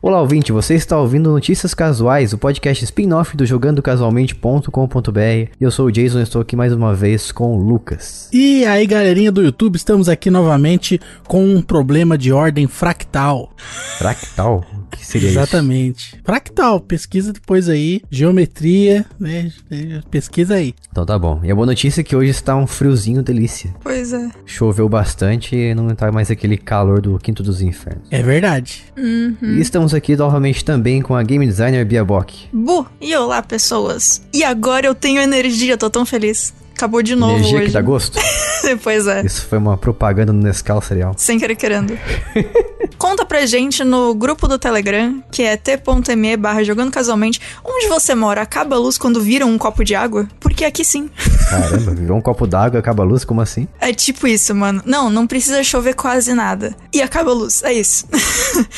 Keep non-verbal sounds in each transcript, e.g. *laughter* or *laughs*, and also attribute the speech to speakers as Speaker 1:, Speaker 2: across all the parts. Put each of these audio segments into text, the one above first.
Speaker 1: Olá, ouvinte, você está ouvindo Notícias Casuais, o podcast spin-off do jogandocasualmente.com.br. Eu sou o Jason e estou aqui mais uma vez com o Lucas.
Speaker 2: E aí, galerinha do YouTube, estamos aqui novamente com um problema de ordem fractal.
Speaker 1: Fractal? O que seria
Speaker 2: Exatamente. Fractal, pesquisa depois aí, geometria, né? Pesquisa aí.
Speaker 1: isso? Então tá bom. E a boa notícia é que hoje está um friozinho delícia.
Speaker 3: Pois é.
Speaker 1: Choveu bastante e não tá mais aquele calor do quinto dos infernos.
Speaker 2: É verdade.
Speaker 1: E estamos aqui novamente também com a game designer Bia Bock.
Speaker 3: Bu, e olá, pessoas. E agora eu tenho energia, tô tão feliz. Acabou de novo
Speaker 1: Energia que tá
Speaker 3: *laughs* hoje.
Speaker 1: dá gosto.
Speaker 3: pois é.
Speaker 1: Isso foi uma propaganda no Nescau Cereal.
Speaker 3: Sem
Speaker 1: *laughs*
Speaker 3: querer querendo. Conta pra gente no grupo do Telegram, que é t.me barra jogando casualmente, onde você mora, acaba a luz quando vira um copo de água? Porque aqui sim.
Speaker 1: Caramba, virou um copo d'água, acaba a luz, como assim?
Speaker 3: É tipo isso, mano. Não, não precisa chover quase nada. E acaba a luz, é isso. *laughs*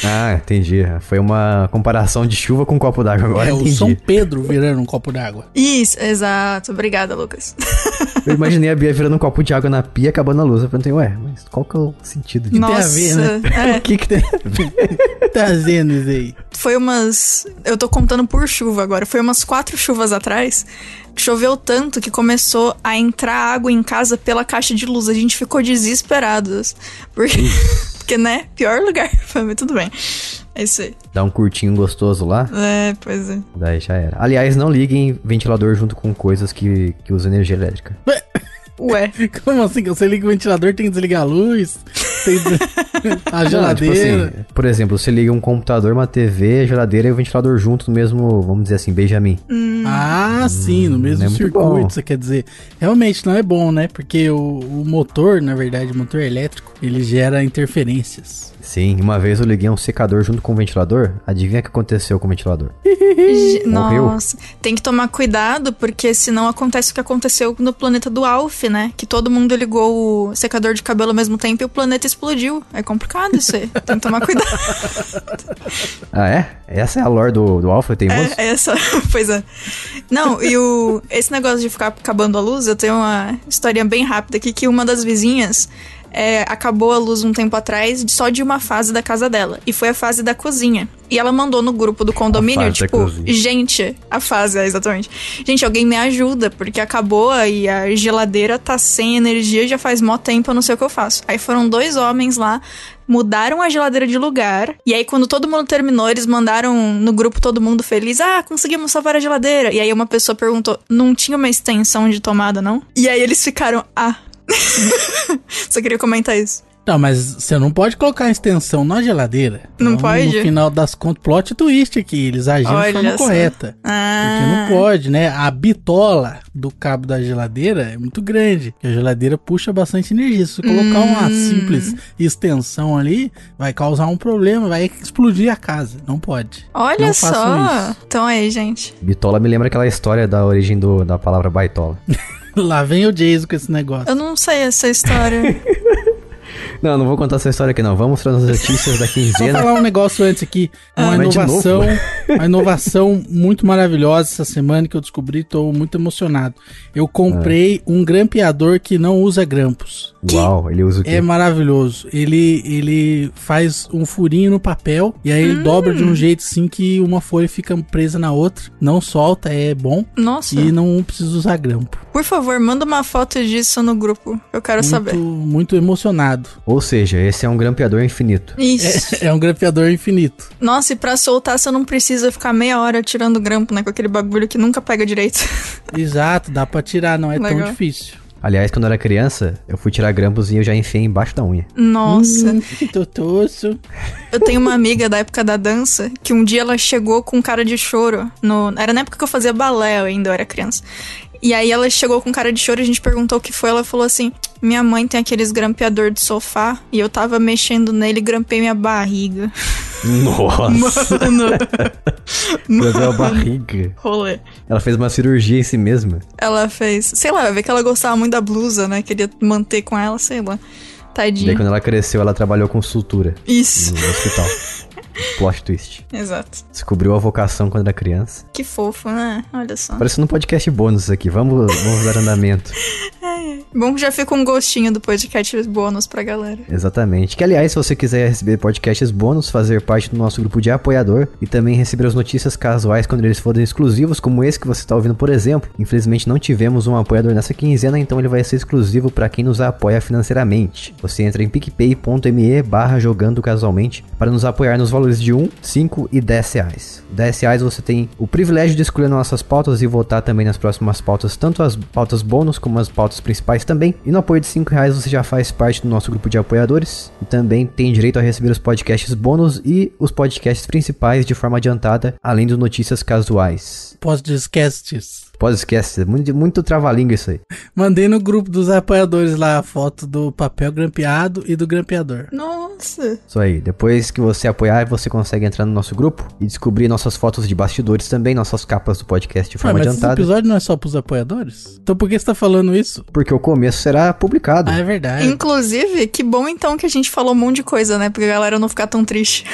Speaker 1: Ah, entendi. Foi uma comparação de chuva com um copo d'água agora.
Speaker 2: é
Speaker 1: entendi.
Speaker 2: o São Pedro virando um copo d'água.
Speaker 3: Isso, exato. Obrigada, Lucas.
Speaker 1: Eu imaginei a Bia virando um copo de água na pia e acabando a luz. Eu perguntei, ué, mas qual que é o sentido disso?
Speaker 2: a
Speaker 3: Nossa,
Speaker 2: ver, né? *laughs*
Speaker 3: é.
Speaker 1: O que que tem?
Speaker 2: Trazendo isso Tá aí.
Speaker 3: foi umas. Eu tô contando por chuva agora. Foi umas quatro chuvas atrás. Choveu tanto que começou a entrar água em casa pela caixa de luz. A gente ficou desesperados. Porque, *laughs* porque né? Pior lugar. *laughs* Mas tudo bem. É isso aí.
Speaker 1: Dá um curtinho gostoso lá,
Speaker 3: É, pois é.
Speaker 1: daí já era. Aliás, não liguem ventilador junto com coisas que, que usam energia elétrica.
Speaker 3: Ué.
Speaker 2: Como assim? Você liga o ventilador, tem que desligar a luz, tem
Speaker 1: *laughs*
Speaker 2: que des- a geladeira.
Speaker 1: Tipo assim, por exemplo, você liga um computador, uma TV, a geladeira e o ventilador junto no mesmo, vamos dizer assim, Benjamin.
Speaker 2: Ah, sim, no
Speaker 1: não
Speaker 2: mesmo
Speaker 1: é muito bom.
Speaker 2: circuito, você quer dizer. Realmente não é bom, né? Porque o, o motor, na verdade, o motor elétrico, ele gera interferências.
Speaker 1: Sim, uma vez eu liguei um secador junto com o ventilador. Adivinha o que aconteceu com o ventilador?
Speaker 3: Ge-
Speaker 1: Morreu.
Speaker 3: Nossa. Tem que tomar cuidado, porque senão acontece o que aconteceu no planeta do Alf, né? Que todo mundo ligou o secador de cabelo ao mesmo tempo e o planeta explodiu. É complicado isso aí. Tem que tomar cuidado.
Speaker 1: Ah, é? Essa é a lore do, do Alpha Teimoso?
Speaker 3: É, é essa, *laughs* pois é. Não, e o, esse negócio de ficar acabando a luz, eu tenho uma historinha bem rápida aqui, que uma das vizinhas é, acabou a luz um tempo atrás de- só de uma fase da casa dela, e foi a fase da cozinha. E ela mandou no grupo do condomínio,
Speaker 1: fase da
Speaker 3: tipo,
Speaker 1: cozinha.
Speaker 3: gente, a fase, é, exatamente. Gente, alguém me ajuda, porque acabou e a geladeira tá sem energia já faz mó tempo, eu não sei o que eu faço. Aí foram dois homens lá, mudaram a geladeira de lugar, e aí quando todo mundo terminou, eles mandaram no grupo todo mundo feliz, ah, conseguimos salvar a geladeira. E aí uma pessoa perguntou, não tinha uma extensão de tomada, não? E aí eles ficaram, ah... Só queria comentar isso.
Speaker 2: Não, mas você não pode colocar a extensão na geladeira.
Speaker 3: Não
Speaker 2: Então,
Speaker 3: pode?
Speaker 2: No final das contas, plot twist aqui, eles agiram de
Speaker 3: Olha
Speaker 2: forma
Speaker 3: só.
Speaker 2: correta. Porque
Speaker 3: Ah,
Speaker 2: não pode, né? A bitola do cabo da geladeira é muito grande. E a geladeira puxa bastante energia. Se você colocar uma
Speaker 3: Hum.
Speaker 2: simples extensão ali, vai causar um problema, vai explodir a casa. Não pode.
Speaker 3: Olha
Speaker 2: Não façam
Speaker 3: só.
Speaker 2: isso.
Speaker 3: Então aí, gente.
Speaker 1: Bitola me lembra aquela história da origem do, da palavra baitola.
Speaker 2: Lá vem o Jason com esse negócio.
Speaker 3: Eu não sei essa
Speaker 2: *laughs*
Speaker 3: história.
Speaker 1: *laughs* Não, não vou contar essa história aqui não. Vamos para as notícias da
Speaker 2: Só *laughs*
Speaker 1: quinzena.
Speaker 2: falar um negócio antes aqui. Uma
Speaker 1: Mas de
Speaker 2: inovação,
Speaker 1: novo?
Speaker 2: uma inovação muito maravilhosa essa semana que eu descobri, tô muito emocionado. Eu comprei um grampeador que não usa grampos.
Speaker 1: Uau, ele usa o quê?
Speaker 2: É maravilhoso. Ele, ele faz um furinho no papel e aí ele dobra de um jeito assim que uma folha fica presa na outra. Não solta, é bom.
Speaker 3: Nossa.
Speaker 2: E não precisa usar grampo.
Speaker 3: Por favor, manda uma foto disso no grupo. Eu quero
Speaker 2: Muito,
Speaker 3: saber.
Speaker 2: muito emocionado.
Speaker 1: Ou seja, esse é um grampeador infinito.
Speaker 3: Isso.
Speaker 2: É um grampeador infinito.
Speaker 3: Nossa, e pra soltar você não precisa ficar meia hora tirando grampo, né? Com aquele bagulho que nunca pega direito. *laughs*
Speaker 2: Exato, dá pra tirar, não é tão
Speaker 3: Legal.
Speaker 2: difícil.
Speaker 1: Aliás, quando eu era criança, eu fui tirar grampos e eu já enfiei embaixo da unha.
Speaker 3: Nossa.
Speaker 2: Hum, que totoço.
Speaker 3: Eu tenho uma amiga da época da dança que um dia ela chegou com cara de choro. No... Era na época que eu fazia balé eu ainda, eu era criança. E aí ela chegou com cara de choro, a gente perguntou o que foi, ela falou assim: Minha mãe tem aqueles grampeador de sofá e eu tava mexendo nele e grampei minha barriga. *laughs*
Speaker 1: Nossa!
Speaker 3: Mano.
Speaker 1: Mano. a
Speaker 3: Mano.
Speaker 1: barriga.
Speaker 3: Rolê.
Speaker 1: Ela fez uma cirurgia em si mesma.
Speaker 3: Ela fez. Sei lá, ver que ela gostava muito da blusa, né? Queria manter com ela, sei lá.
Speaker 1: Daí
Speaker 3: Tadinha.
Speaker 1: quando ela cresceu, ela trabalhou com sutura
Speaker 3: Isso.
Speaker 1: no hospital. Plot twist.
Speaker 3: Exato.
Speaker 1: Descobriu a vocação quando era criança.
Speaker 3: Que fofo, né? Olha só.
Speaker 1: Parecendo um podcast bônus isso aqui. Vamos, vamos dar andamento.
Speaker 3: Bom que já fica um gostinho do podcast bônus pra galera.
Speaker 1: Exatamente. Que, aliás, se você quiser receber podcasts bônus, fazer parte do nosso grupo de apoiador e também receber as notícias casuais quando eles forem exclusivos, como esse que você está ouvindo, por exemplo. Infelizmente, não tivemos um apoiador nessa quinzena, então ele vai ser exclusivo para quem nos apoia financeiramente. Você entra em picpay.me barra jogando casualmente para nos apoiar nos valores de 1, 5 um, e 10 reais. 10 reais você tem o privilégio de escolher nossas pautas e votar também nas próximas pautas, tanto as pautas bônus como as pautas principais também. E no apoio de 5 reais você já faz parte do nosso grupo de apoiadores e também tem direito a receber os podcasts bônus e os podcasts principais de forma adiantada, além dos notícias casuais.
Speaker 2: Podcasts.
Speaker 1: Pode esquecer, muito, muito trava-língua isso aí.
Speaker 2: Mandei no grupo dos apoiadores lá a foto do papel grampeado e do grampeador.
Speaker 3: Nossa.
Speaker 1: Isso aí. Depois que você apoiar, você consegue entrar no nosso grupo e descobrir nossas fotos de bastidores também, nossas capas do podcast de
Speaker 2: Ué,
Speaker 1: forma
Speaker 2: mas esse
Speaker 1: adiantada.
Speaker 2: episódio não é só pros apoiadores? Então por que você tá falando isso?
Speaker 1: Porque o começo será publicado.
Speaker 2: Ah, é verdade.
Speaker 3: Inclusive, que bom então que a gente falou um monte de coisa, né? Pra galera não ficar tão triste.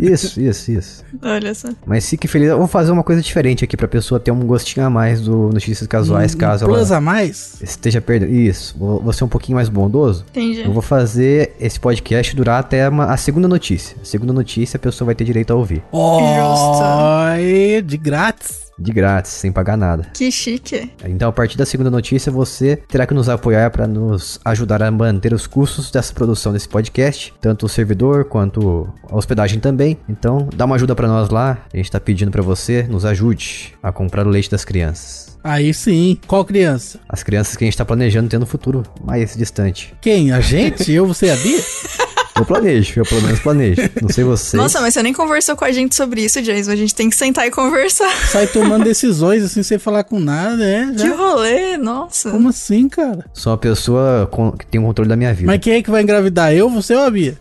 Speaker 1: Isso, isso, isso.
Speaker 3: *laughs* Olha só.
Speaker 1: Mas fique feliz. Eu vou fazer uma coisa diferente aqui pra pessoa ter um gostinho a mais do Notícias Casuais,
Speaker 2: Um
Speaker 1: caso
Speaker 2: Plus
Speaker 1: ela
Speaker 2: a mais?
Speaker 1: esteja perdendo. Isso. Vou vou ser um pouquinho mais bondoso.
Speaker 3: Entendi.
Speaker 1: Eu vou fazer esse podcast durar até uma- a segunda notícia. A segunda notícia a pessoa vai ter direito a ouvir.
Speaker 2: Oi, de grátis.
Speaker 1: De grátis, sem pagar nada.
Speaker 3: Que chique.
Speaker 1: Então, a partir da segunda notícia, você terá que nos apoiar para nos ajudar a manter os custos dessa produção desse podcast, tanto o servidor quanto a hospedagem também. Então, dá uma ajuda para nós lá. A gente tá pedindo para você nos ajude a comprar o leite das crianças.
Speaker 2: Aí sim. Qual criança?
Speaker 1: As crianças que a gente tá planejando ter no futuro mais distante.
Speaker 2: Quem? A gente? Eu, você e a Bia?
Speaker 1: Eu planejo, eu pelo menos planejo. Não sei vocês.
Speaker 3: Nossa, mas você nem conversou com a gente sobre isso, Jason. A gente tem que sentar e conversar.
Speaker 2: Sai tomando *laughs* decisões assim sem falar com nada, é?
Speaker 3: Que
Speaker 2: Já.
Speaker 3: rolê, nossa.
Speaker 2: Como assim, cara?
Speaker 1: Sou uma pessoa com- que tem o controle da minha vida.
Speaker 2: Mas quem é que vai engravidar? Eu, você ou a
Speaker 1: *laughs*
Speaker 2: Bia?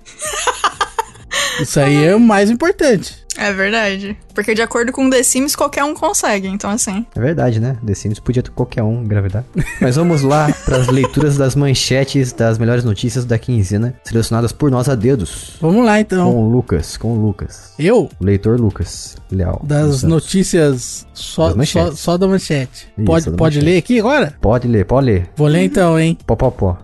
Speaker 2: Isso aí é o mais importante.
Speaker 3: É verdade. Porque de acordo com o The Sims, qualquer um consegue. Então, assim.
Speaker 1: É verdade, né? The Sims podia ter qualquer um engravidar. Mas vamos
Speaker 3: *laughs*
Speaker 1: lá para as leituras das manchetes das melhores notícias da quinzena, selecionadas por nós a dedos.
Speaker 2: Vamos lá então.
Speaker 1: Com o Lucas, com o Lucas.
Speaker 2: Eu,
Speaker 1: O leitor Lucas Leal.
Speaker 2: das
Speaker 1: Santos.
Speaker 2: notícias só,
Speaker 1: Das manchetes.
Speaker 2: só, só da manchete.
Speaker 1: Isso,
Speaker 2: pode
Speaker 1: da
Speaker 2: pode
Speaker 1: manchete. Uhum.
Speaker 2: ler aqui agora?
Speaker 1: Pode ler, pode ler.
Speaker 2: Vou ler então, hein?
Speaker 1: Pó, pó, pó.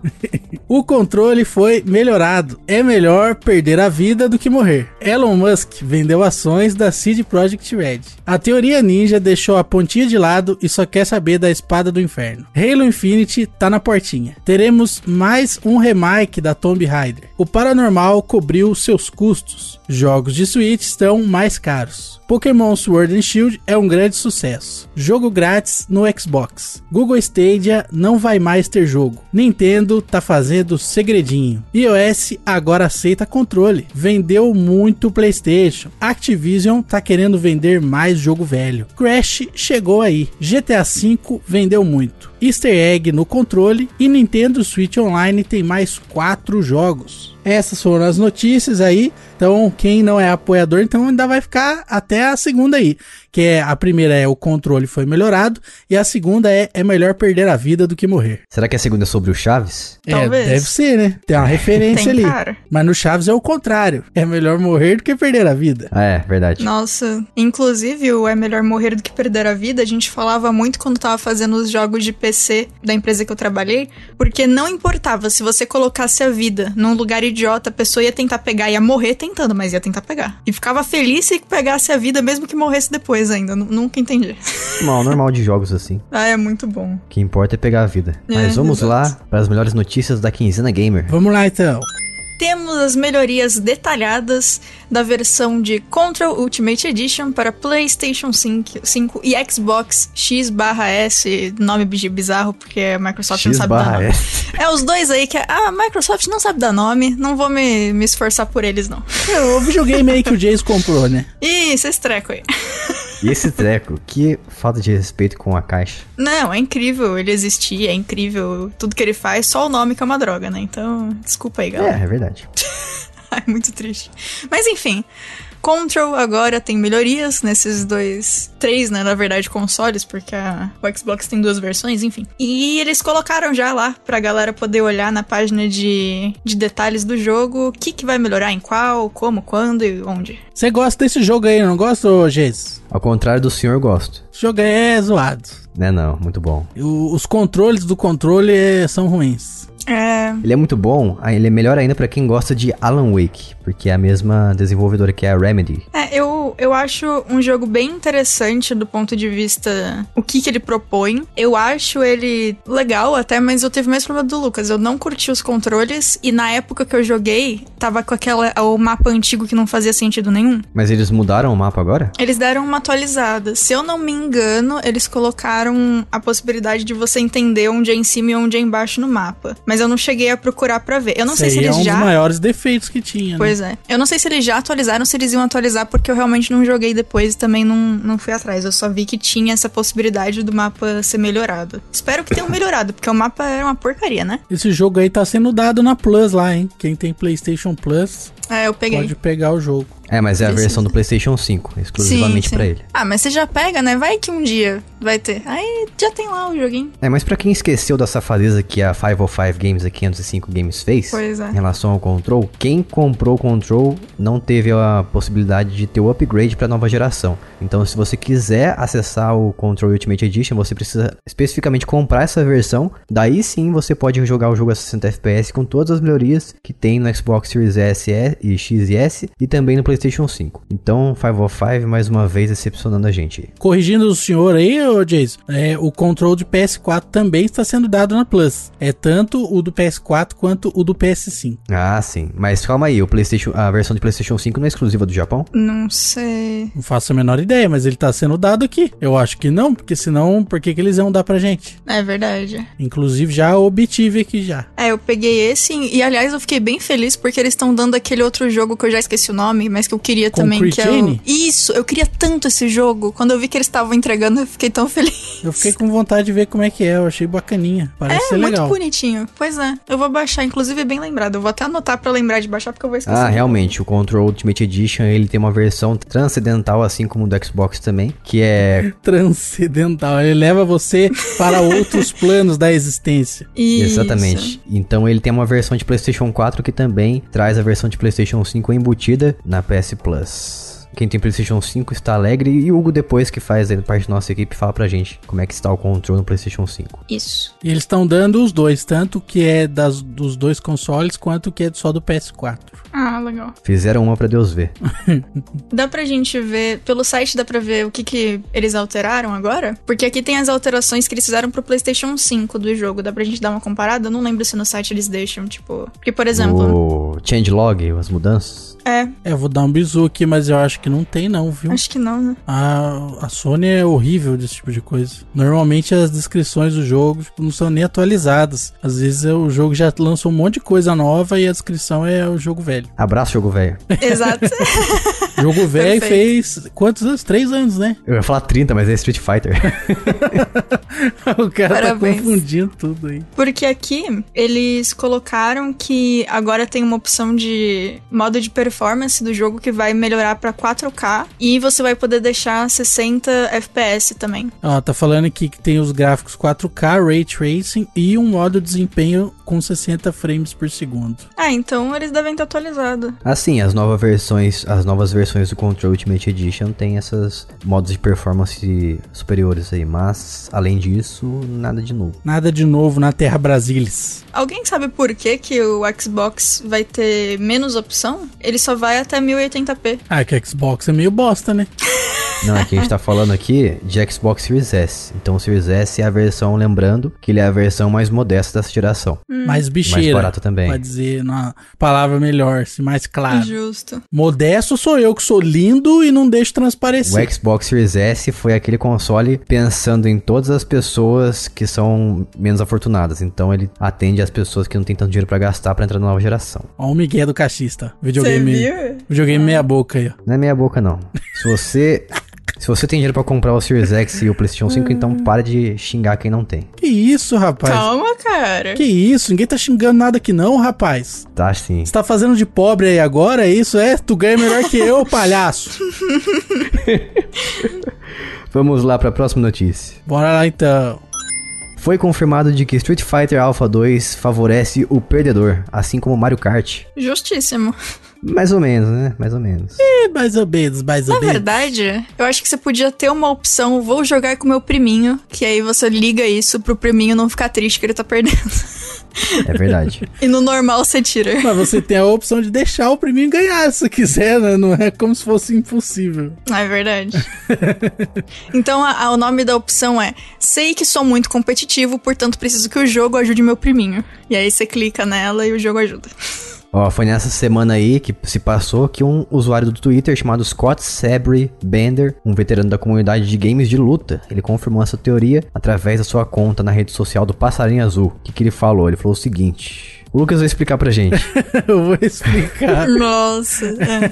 Speaker 2: O controle foi melhorado. É melhor perder a vida do que morrer. Elon Musk vendeu ações da CD Projekt Red. A teoria ninja deixou a pontinha de lado e só quer saber da espada do inferno. Halo Infinity tá na portinha. Teremos mais um remake da Tomb Raider. O paranormal cobriu seus custos. Jogos de Switch estão mais caros. Pokémon Sword and Shield é um grande sucesso. Jogo grátis no Xbox. Google Stadia não vai mais ter jogo. Nintendo tá fazendo segredinho. iOS agora aceita controle. Vendeu muito PlayStation. Activision tá querendo vender mais jogo velho. Crash chegou aí. GTA V vendeu muito. Easter Egg no controle e Nintendo Switch Online tem mais quatro jogos. Essas foram as notícias aí. Então, quem não é apoiador, então ainda vai ficar até a segunda aí. Que é a primeira é o controle foi melhorado. E a segunda é é melhor perder a vida do que morrer.
Speaker 1: Será que a segunda é sobre o Chaves?
Speaker 3: Talvez.
Speaker 2: É, deve ser, né? Tem uma referência
Speaker 3: Tem
Speaker 2: ali.
Speaker 3: cara.
Speaker 2: Mas no Chaves é o contrário. É melhor morrer do que perder a vida.
Speaker 1: Ah, é, verdade.
Speaker 3: Nossa, inclusive o É Melhor Morrer do que Perder a Vida, a gente falava muito quando tava fazendo os jogos de PC da empresa que eu trabalhei, porque não importava se você colocasse a vida num lugar idiota, a pessoa ia tentar pegar, ia morrer tentando, mas ia tentar pegar. E ficava feliz se pegasse a vida, mesmo que morresse depois ainda. Nu- Nunca entendi. *laughs*
Speaker 1: Normal, normal de jogos assim.
Speaker 3: Ah, é muito bom.
Speaker 1: O que importa é pegar a vida.
Speaker 3: É,
Speaker 1: Mas vamos
Speaker 3: exato.
Speaker 1: lá para as melhores notícias da quinzena gamer.
Speaker 2: Vamos lá então.
Speaker 3: Temos as melhorias detalhadas da versão de Control Ultimate Edition para PlayStation 5, 5 e Xbox X/S, nome bi- bizarro porque a Microsoft não
Speaker 1: X
Speaker 3: sabe dar
Speaker 1: barra
Speaker 3: nome.
Speaker 1: é.
Speaker 3: É os dois aí que a- a Microsoft não sabe dar nome, não vou me, me esforçar por eles não.
Speaker 2: É o videogame aí que o Jason comprou, né?
Speaker 3: Ih, vocês treco aí.
Speaker 1: E esse treco, que falta de respeito com a caixa.
Speaker 3: Não, é incrível ele existir, é incrível tudo que ele faz, só o nome que é uma droga, né? Então, desculpa aí,
Speaker 1: É,
Speaker 3: galera. *laughs*
Speaker 1: é verdade.
Speaker 3: é muito triste. Mas enfim. Control agora tem melhorias nesses dois, três, né, na verdade, consoles, porque a, o Xbox tem duas versões, enfim. E eles colocaram já lá pra galera poder olhar na página de, de detalhes do jogo o que, que vai melhorar em qual, como, quando e onde.
Speaker 2: Você gosta desse jogo aí, não gosta, ô Geis?
Speaker 1: Ao contrário do senhor, eu gosto.
Speaker 2: Esse jogo aí é zoado.
Speaker 1: Né não, muito bom.
Speaker 2: O- os controles do controle eh, são ruins.
Speaker 3: É.
Speaker 1: Ele é muito bom, ah, ele é melhor ainda pra quem gosta de Alan Wake, porque é a mesma desenvolvedora que é a Remedy.
Speaker 3: É, eu, eu acho um jogo bem interessante do ponto de vista o que, que ele propõe. Eu acho ele legal até, mas eu teve mais problema do Lucas. Eu não curti os controles e na época que eu joguei, tava com aquela o mapa antigo que não fazia sentido nenhum.
Speaker 1: Mas eles mudaram o mapa agora?
Speaker 3: Eles deram uma atualizada. Se eu não me engano, eles colocaram a possibilidade de você entender onde é em cima e onde é embaixo no mapa. Mas eu não cheguei a procurar pra ver. Eu não sei
Speaker 2: Esse
Speaker 3: se
Speaker 2: aí
Speaker 3: eles
Speaker 2: é um
Speaker 3: já
Speaker 2: dos maiores defeitos que
Speaker 1: Uhum.
Speaker 2: tinha. né?
Speaker 3: Pois é. Eu não sei se eles já atualizaram, se eles iam atualizar, porque eu realmente não joguei depois e também não, não fui atrás. Eu só vi que tinha essa possibilidade do mapa ser melhorado. Espero que tenham melhorado, porque o mapa era uma porcaria, né?
Speaker 2: Esse jogo aí tá sendo dado na Plus lá, hein? Quem tem PlayStation Plus
Speaker 3: É, eu peguei.
Speaker 2: pode pegar o jogo.
Speaker 1: É, mas é a
Speaker 3: Precisa.
Speaker 1: versão do PlayStation 5, exclusivamente pra ele.
Speaker 3: Ah, mas você já pega, né? Vai que um dia vai ter. Aí já tem lá o joguinho.
Speaker 1: É, mas pra quem esqueceu da safadeza que a 505 Games é e 505 Games fez
Speaker 3: Pois é.
Speaker 1: em relação ao Control, quem comprou o Control não teve a possibilidade de ter o upgrade pra nova geração. Então, se você quiser acessar o Control Ultimate Edition, você precisa especificamente comprar essa versão. Daí sim você pode jogar o jogo a 60 FPS com todas as melhorias que tem no Xbox Series S e X e S e também no PlayStation 5. Então, 505 mais uma vez decepcionando a gente.
Speaker 2: Corrigindo o senhor aí, ô Jason, é, o control de PS4 também está sendo dado na Plus. É tanto o do PS4 quanto o do PS5.
Speaker 1: Ah, sim. Mas calma aí, o PlayStation, a versão de PlayStation 5 não é exclusiva do Japão?
Speaker 3: Não sei.
Speaker 2: Não faço a menor ideia, mas ele tá sendo dado aqui. Eu acho que não, porque senão, por que, que eles iam dar pra gente?
Speaker 3: É verdade.
Speaker 2: Inclusive, já obtive aqui já.
Speaker 3: É, eu peguei esse e, aliás, eu fiquei bem feliz porque eles estão dando aquele outro jogo que eu já esqueci o nome, mas que eu queria também. Que é o...
Speaker 2: Concretane?
Speaker 3: Isso, eu queria tanto esse jogo. Quando eu vi que eles estavam entregando, eu fiquei tão feliz.
Speaker 2: Eu fiquei com vontade de ver como é que é, eu achei bacaninha. Parece ser
Speaker 3: é *laughs* muito
Speaker 2: legal.
Speaker 3: bonitinho. Pois é, eu vou baixar, inclusive é bem lembrado. Eu vou até anotar pra lembrar de baixar porque eu vou esquecer.
Speaker 1: Ah, realmente, o Control Ultimate Edition, ele tem uma versão transcendental, assim como o do Xbox também, que é...
Speaker 2: Transcendental, ele leva você para
Speaker 3: *laughs*
Speaker 2: outros planos da existência.
Speaker 3: Isso.
Speaker 1: Exatamente. Então ele tem uma versão de PlayStation 4 que também traz a versão de PlayStation 5 embutida na PS Plus. Quem tem PlayStation 5 está alegre e o Hugo, depois que faz aí parte da nossa equipe, fala pra gente como é que está o Control no PlayStation 5.
Speaker 3: Isso.
Speaker 2: E eles estão dando os dois, tanto o que é das, dos dois consoles quanto o que é só do PS4.
Speaker 3: Ah, legal.
Speaker 1: Fizeram uma pra Deus ver.
Speaker 3: Dá pra gente ver, pelo site dá pra ver o que, que eles alteraram agora? Porque aqui tem as alterações que eles fizeram pro PlayStation 5 do jogo. Dá pra gente dar uma comparada? Eu não lembro se no site eles deixam, tipo. Porque, por exemplo.
Speaker 1: O Changelog, as mudanças.
Speaker 3: É,
Speaker 2: É, eu vou dar um bisu aqui, mas eu acho que não tem não, viu?
Speaker 3: acho que não,
Speaker 2: *laughs*
Speaker 3: né?
Speaker 2: A, a Sony é horrível desse tipo de coisa. Normalmente as descrições do jogo tipo, não são nem atualizadas. Às vezes é, o jogo já lançou um monte de coisa nova e a descrição é o jogo
Speaker 3: *laughs*
Speaker 2: velho.
Speaker 1: Abraço, jogo velho.
Speaker 3: Exato.
Speaker 2: O jogo velho
Speaker 3: Perfeito.
Speaker 2: fez quantos anos? Três anos, né? *laughs*
Speaker 1: Eu ia falar 30, mas é Street Fighter.
Speaker 2: O cara
Speaker 3: Parabéns.
Speaker 2: tá confundindo tudo aí.
Speaker 3: Porque aqui eles colocaram que agora tem uma opção de modo de performance do jogo que vai melhorar pra 4K e você vai poder deixar 60 FPS também.
Speaker 2: Ó, tá falando aqui que tem os gráficos 4K, Ray Tracing e um modo de desempenho com 60 frames por segundo.
Speaker 3: Ah, então eles devem ter atualizado.
Speaker 1: Assim, as novas versões, as novas versões do Control Ultimate Edition tem essas modos de performance superiores aí, mas além disso, nada de novo.
Speaker 2: Nada de novo na Terra Brasilis.
Speaker 3: Alguém sabe por que, que o Xbox vai ter menos opção? Ele só vai até 1080p.
Speaker 2: Ah, que Xbox é meio bosta, né?
Speaker 1: Não, é que a gente tá falando aqui de Xbox Series S. Então o Series S é a versão, lembrando, que ele é a versão mais modesta dessa geração.
Speaker 2: Mais
Speaker 3: Hum.
Speaker 1: Mais
Speaker 2: bicheira.
Speaker 1: barata
Speaker 2: Pra
Speaker 1: também.
Speaker 2: dizer numa palavra melhor, assim, mais claro.
Speaker 3: Justo.
Speaker 2: Modesto sou eu que sou lindo e não deixo transparecer.
Speaker 1: O Xbox Series S foi aquele console pensando em todas as pessoas que são menos afortunadas. Então ele atende as pessoas que não tem tanto dinheiro pra gastar pra entrar na nova geração.
Speaker 2: Ó, o Miguel é do Caixista.
Speaker 3: Você
Speaker 2: Videogame.
Speaker 3: viu? Ah.
Speaker 2: Videogame meia boca aí, ó.
Speaker 1: Não é meia boca, não. Se você Se você tem dinheiro pra comprar o Series X e o PlayStation 5, então para de xingar quem não tem.
Speaker 2: Que isso, rapaz?
Speaker 3: Calma, cara.
Speaker 2: Que isso? Ninguém tá xingando nada aqui não, rapaz.
Speaker 1: Tá sim.
Speaker 2: Você tá fazendo de pobre aí agora, é isso? É? Tu ganha melhor que
Speaker 3: *laughs*
Speaker 2: eu, palhaço.
Speaker 1: Vamos lá pra próxima notícia.
Speaker 2: Bora lá então.
Speaker 1: Foi confirmado de que Street Fighter Alpha 2 favorece o perdedor, assim como Mario Kart.
Speaker 3: Justíssimo.
Speaker 1: Mais ou menos, né? Mais ou menos.
Speaker 2: É, mais ou menos, mais ou
Speaker 3: Na
Speaker 2: menos.
Speaker 3: verdade, eu acho que você podia ter uma opção, vou jogar com meu priminho, que aí você liga isso pro priminho não ficar triste que ele tá perdendo. *laughs*
Speaker 1: É verdade.
Speaker 3: E no normal você tira.
Speaker 2: Mas você tem a opção de deixar o priminho ganhar se quiser, né? Não é como se fosse impossível. *laughs*
Speaker 3: É verdade. então a- a- o nome da opção é Sei que sou muito competitivo, portanto preciso que o jogo ajude meu priminho. E aí você clica nela e o jogo ajuda.
Speaker 1: Ó, foi nessa semana aí que se passou que um usuário do Twitter chamado Scott Sabry Bender, um veterano da comunidade de games de luta, ele confirmou essa teoria através da sua conta na rede social do Passarinho Azul. O que, que ele falou? Ele falou o seguinte. O Lucas vai explicar pra *laughs* gente.
Speaker 2: Eu vou explicar.
Speaker 3: *laughs* Nossa,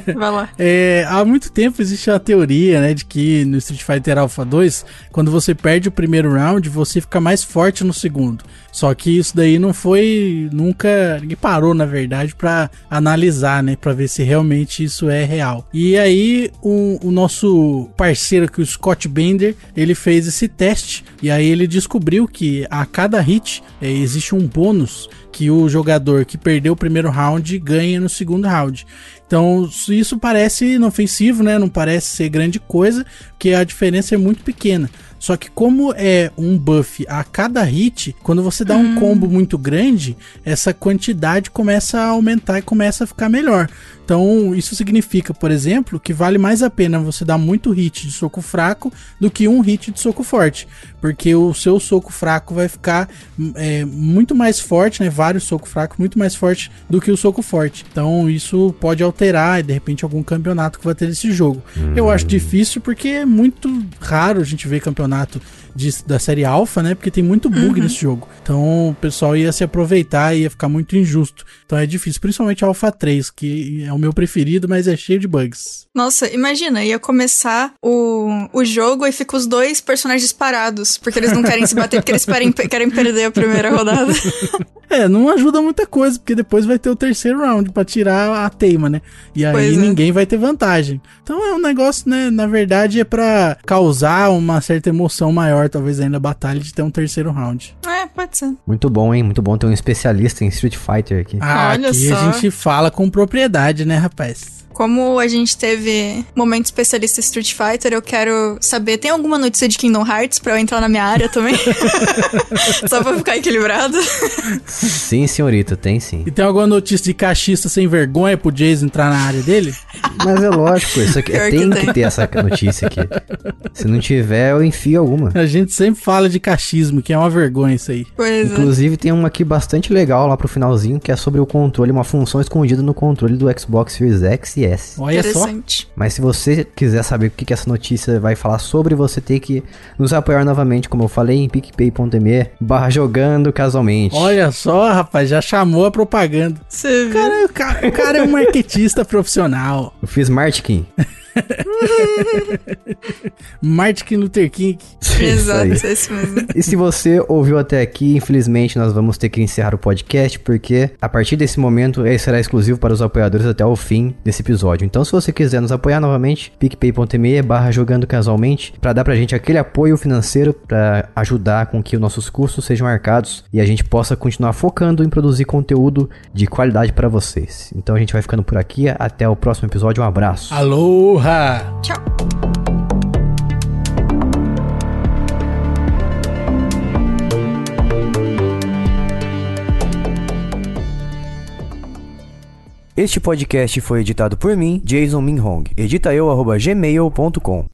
Speaker 3: é, vai lá.
Speaker 2: É, há muito tempo existe uma teoria, né, de que no Street Fighter Alpha 2, quando você perde o primeiro round, você fica mais forte no segundo. Só que isso daí não foi nunca, ninguém parou na verdade pra analisar, né, Pra ver se realmente isso é real. E aí o, o nosso parceiro que é o Scott Bender, ele fez esse teste e aí ele descobriu que a cada hit eh, existe um bônus que o jogador que perdeu o primeiro round ganha no segundo round. Então, s- isso parece inofensivo, né? Não parece ser grande coisa, porque a diferença é muito pequena. Só que como é um buff a cada hit, quando você dá um combo muito grande, essa quantidade começa a aumentar e começa a ficar melhor. Então, isso significa, por exemplo, que vale mais a pena você dar muito hit de soco fraco do que um hit de soco forte. Porque o seu soco fraco vai ficar m- é, muito mais forte, né? Vários socos fracos muito mais forte do que o soco forte. Então, isso pode alterar, e de repente, algum campeonato que vai ter esse jogo. Eu acho difícil porque é muito raro a gente ver campeonato de- da série Alpha, né? Porque tem muito bug nesse jogo. Então o pessoal ia se aproveitar e ia ficar muito injusto. Então é difícil, principalmente a Alpha 3, que é o meu preferido, mas é cheio de bugs.
Speaker 3: Nossa, imagina, ia começar o, o jogo e fica os dois personagens parados, porque eles não querem se bater, porque eles querem, querem perder a primeira rodada. *laughs*
Speaker 2: É, não ajuda muita coisa, porque depois vai ter o terceiro round pra tirar a teima, né? E aí
Speaker 3: Pois é.
Speaker 2: ninguém vai ter vantagem. Então é um negócio, né? Na verdade, é pra causar uma certa emoção maior, talvez ainda a batalha de ter um terceiro round.
Speaker 3: É, pode ser.
Speaker 1: Muito bom, hein? Muito bom ter um especialista em Street Fighter *laughs* aqui.
Speaker 2: Ah,
Speaker 3: Olha
Speaker 2: aqui
Speaker 3: só.
Speaker 2: a gente fala com propriedade, né, rapaz?
Speaker 3: Como a gente teve momento especialista em Street Fighter, eu quero saber, tem alguma notícia de Kingdom Hearts pra eu entrar na minha área também? Só pra ficar equilibrado.
Speaker 1: Sim, senhorita, tem sim.
Speaker 2: E tem alguma notícia de cachista sem vergonha pro Jason entrar na área dele?
Speaker 1: Mas é lógico, isso aqui *laughs*
Speaker 3: Pior que
Speaker 1: tem
Speaker 3: tem.
Speaker 1: que ter essa notícia aqui. Se não tiver, eu enfio alguma.
Speaker 2: A gente sempre fala de cachismo, que é uma vergonha isso aí.
Speaker 3: Pois é.
Speaker 1: Inclusive tem uma aqui bastante legal lá pro finalzinho, que é sobre o controle, uma função escondida no controle do Xbox Series X e S.
Speaker 2: Olha só.
Speaker 3: Interessante.
Speaker 1: Mas se você quiser saber o que, que essa notícia vai falar sobre, você tem que nos apoiar novamente, como eu falei, em picpay.me barra jogando casualmente.
Speaker 2: Olha só, rapaz, já chamou a propaganda.
Speaker 3: Você viu?
Speaker 2: Cara, o cara, o cara é um marketista profissional.
Speaker 1: Eu fiz Martkin.
Speaker 2: Martin Luther King.
Speaker 1: Isso
Speaker 3: Exato,
Speaker 1: aí.
Speaker 3: é isso mesmo.
Speaker 1: E se você ouviu até aqui, infelizmente nós vamos ter que encerrar o podcast, porque a partir desse momento ele será exclusivo para os apoiadores até o fim desse episódio. Então se você quiser nos apoiar novamente, picpay.me barra jogando casualmente, para dar pra gente aquele apoio financeiro para ajudar com que os nossos cursos sejam arcados e a gente possa continuar focando em produzir conteúdo de qualidade para vocês. Então a gente vai ficando por aqui, até o próximo episódio, um abraço.
Speaker 2: Aloha!
Speaker 3: Tchau.
Speaker 1: Este podcast foi editado por mim, Jason Minhong. Edita eu, arroba gmail.com.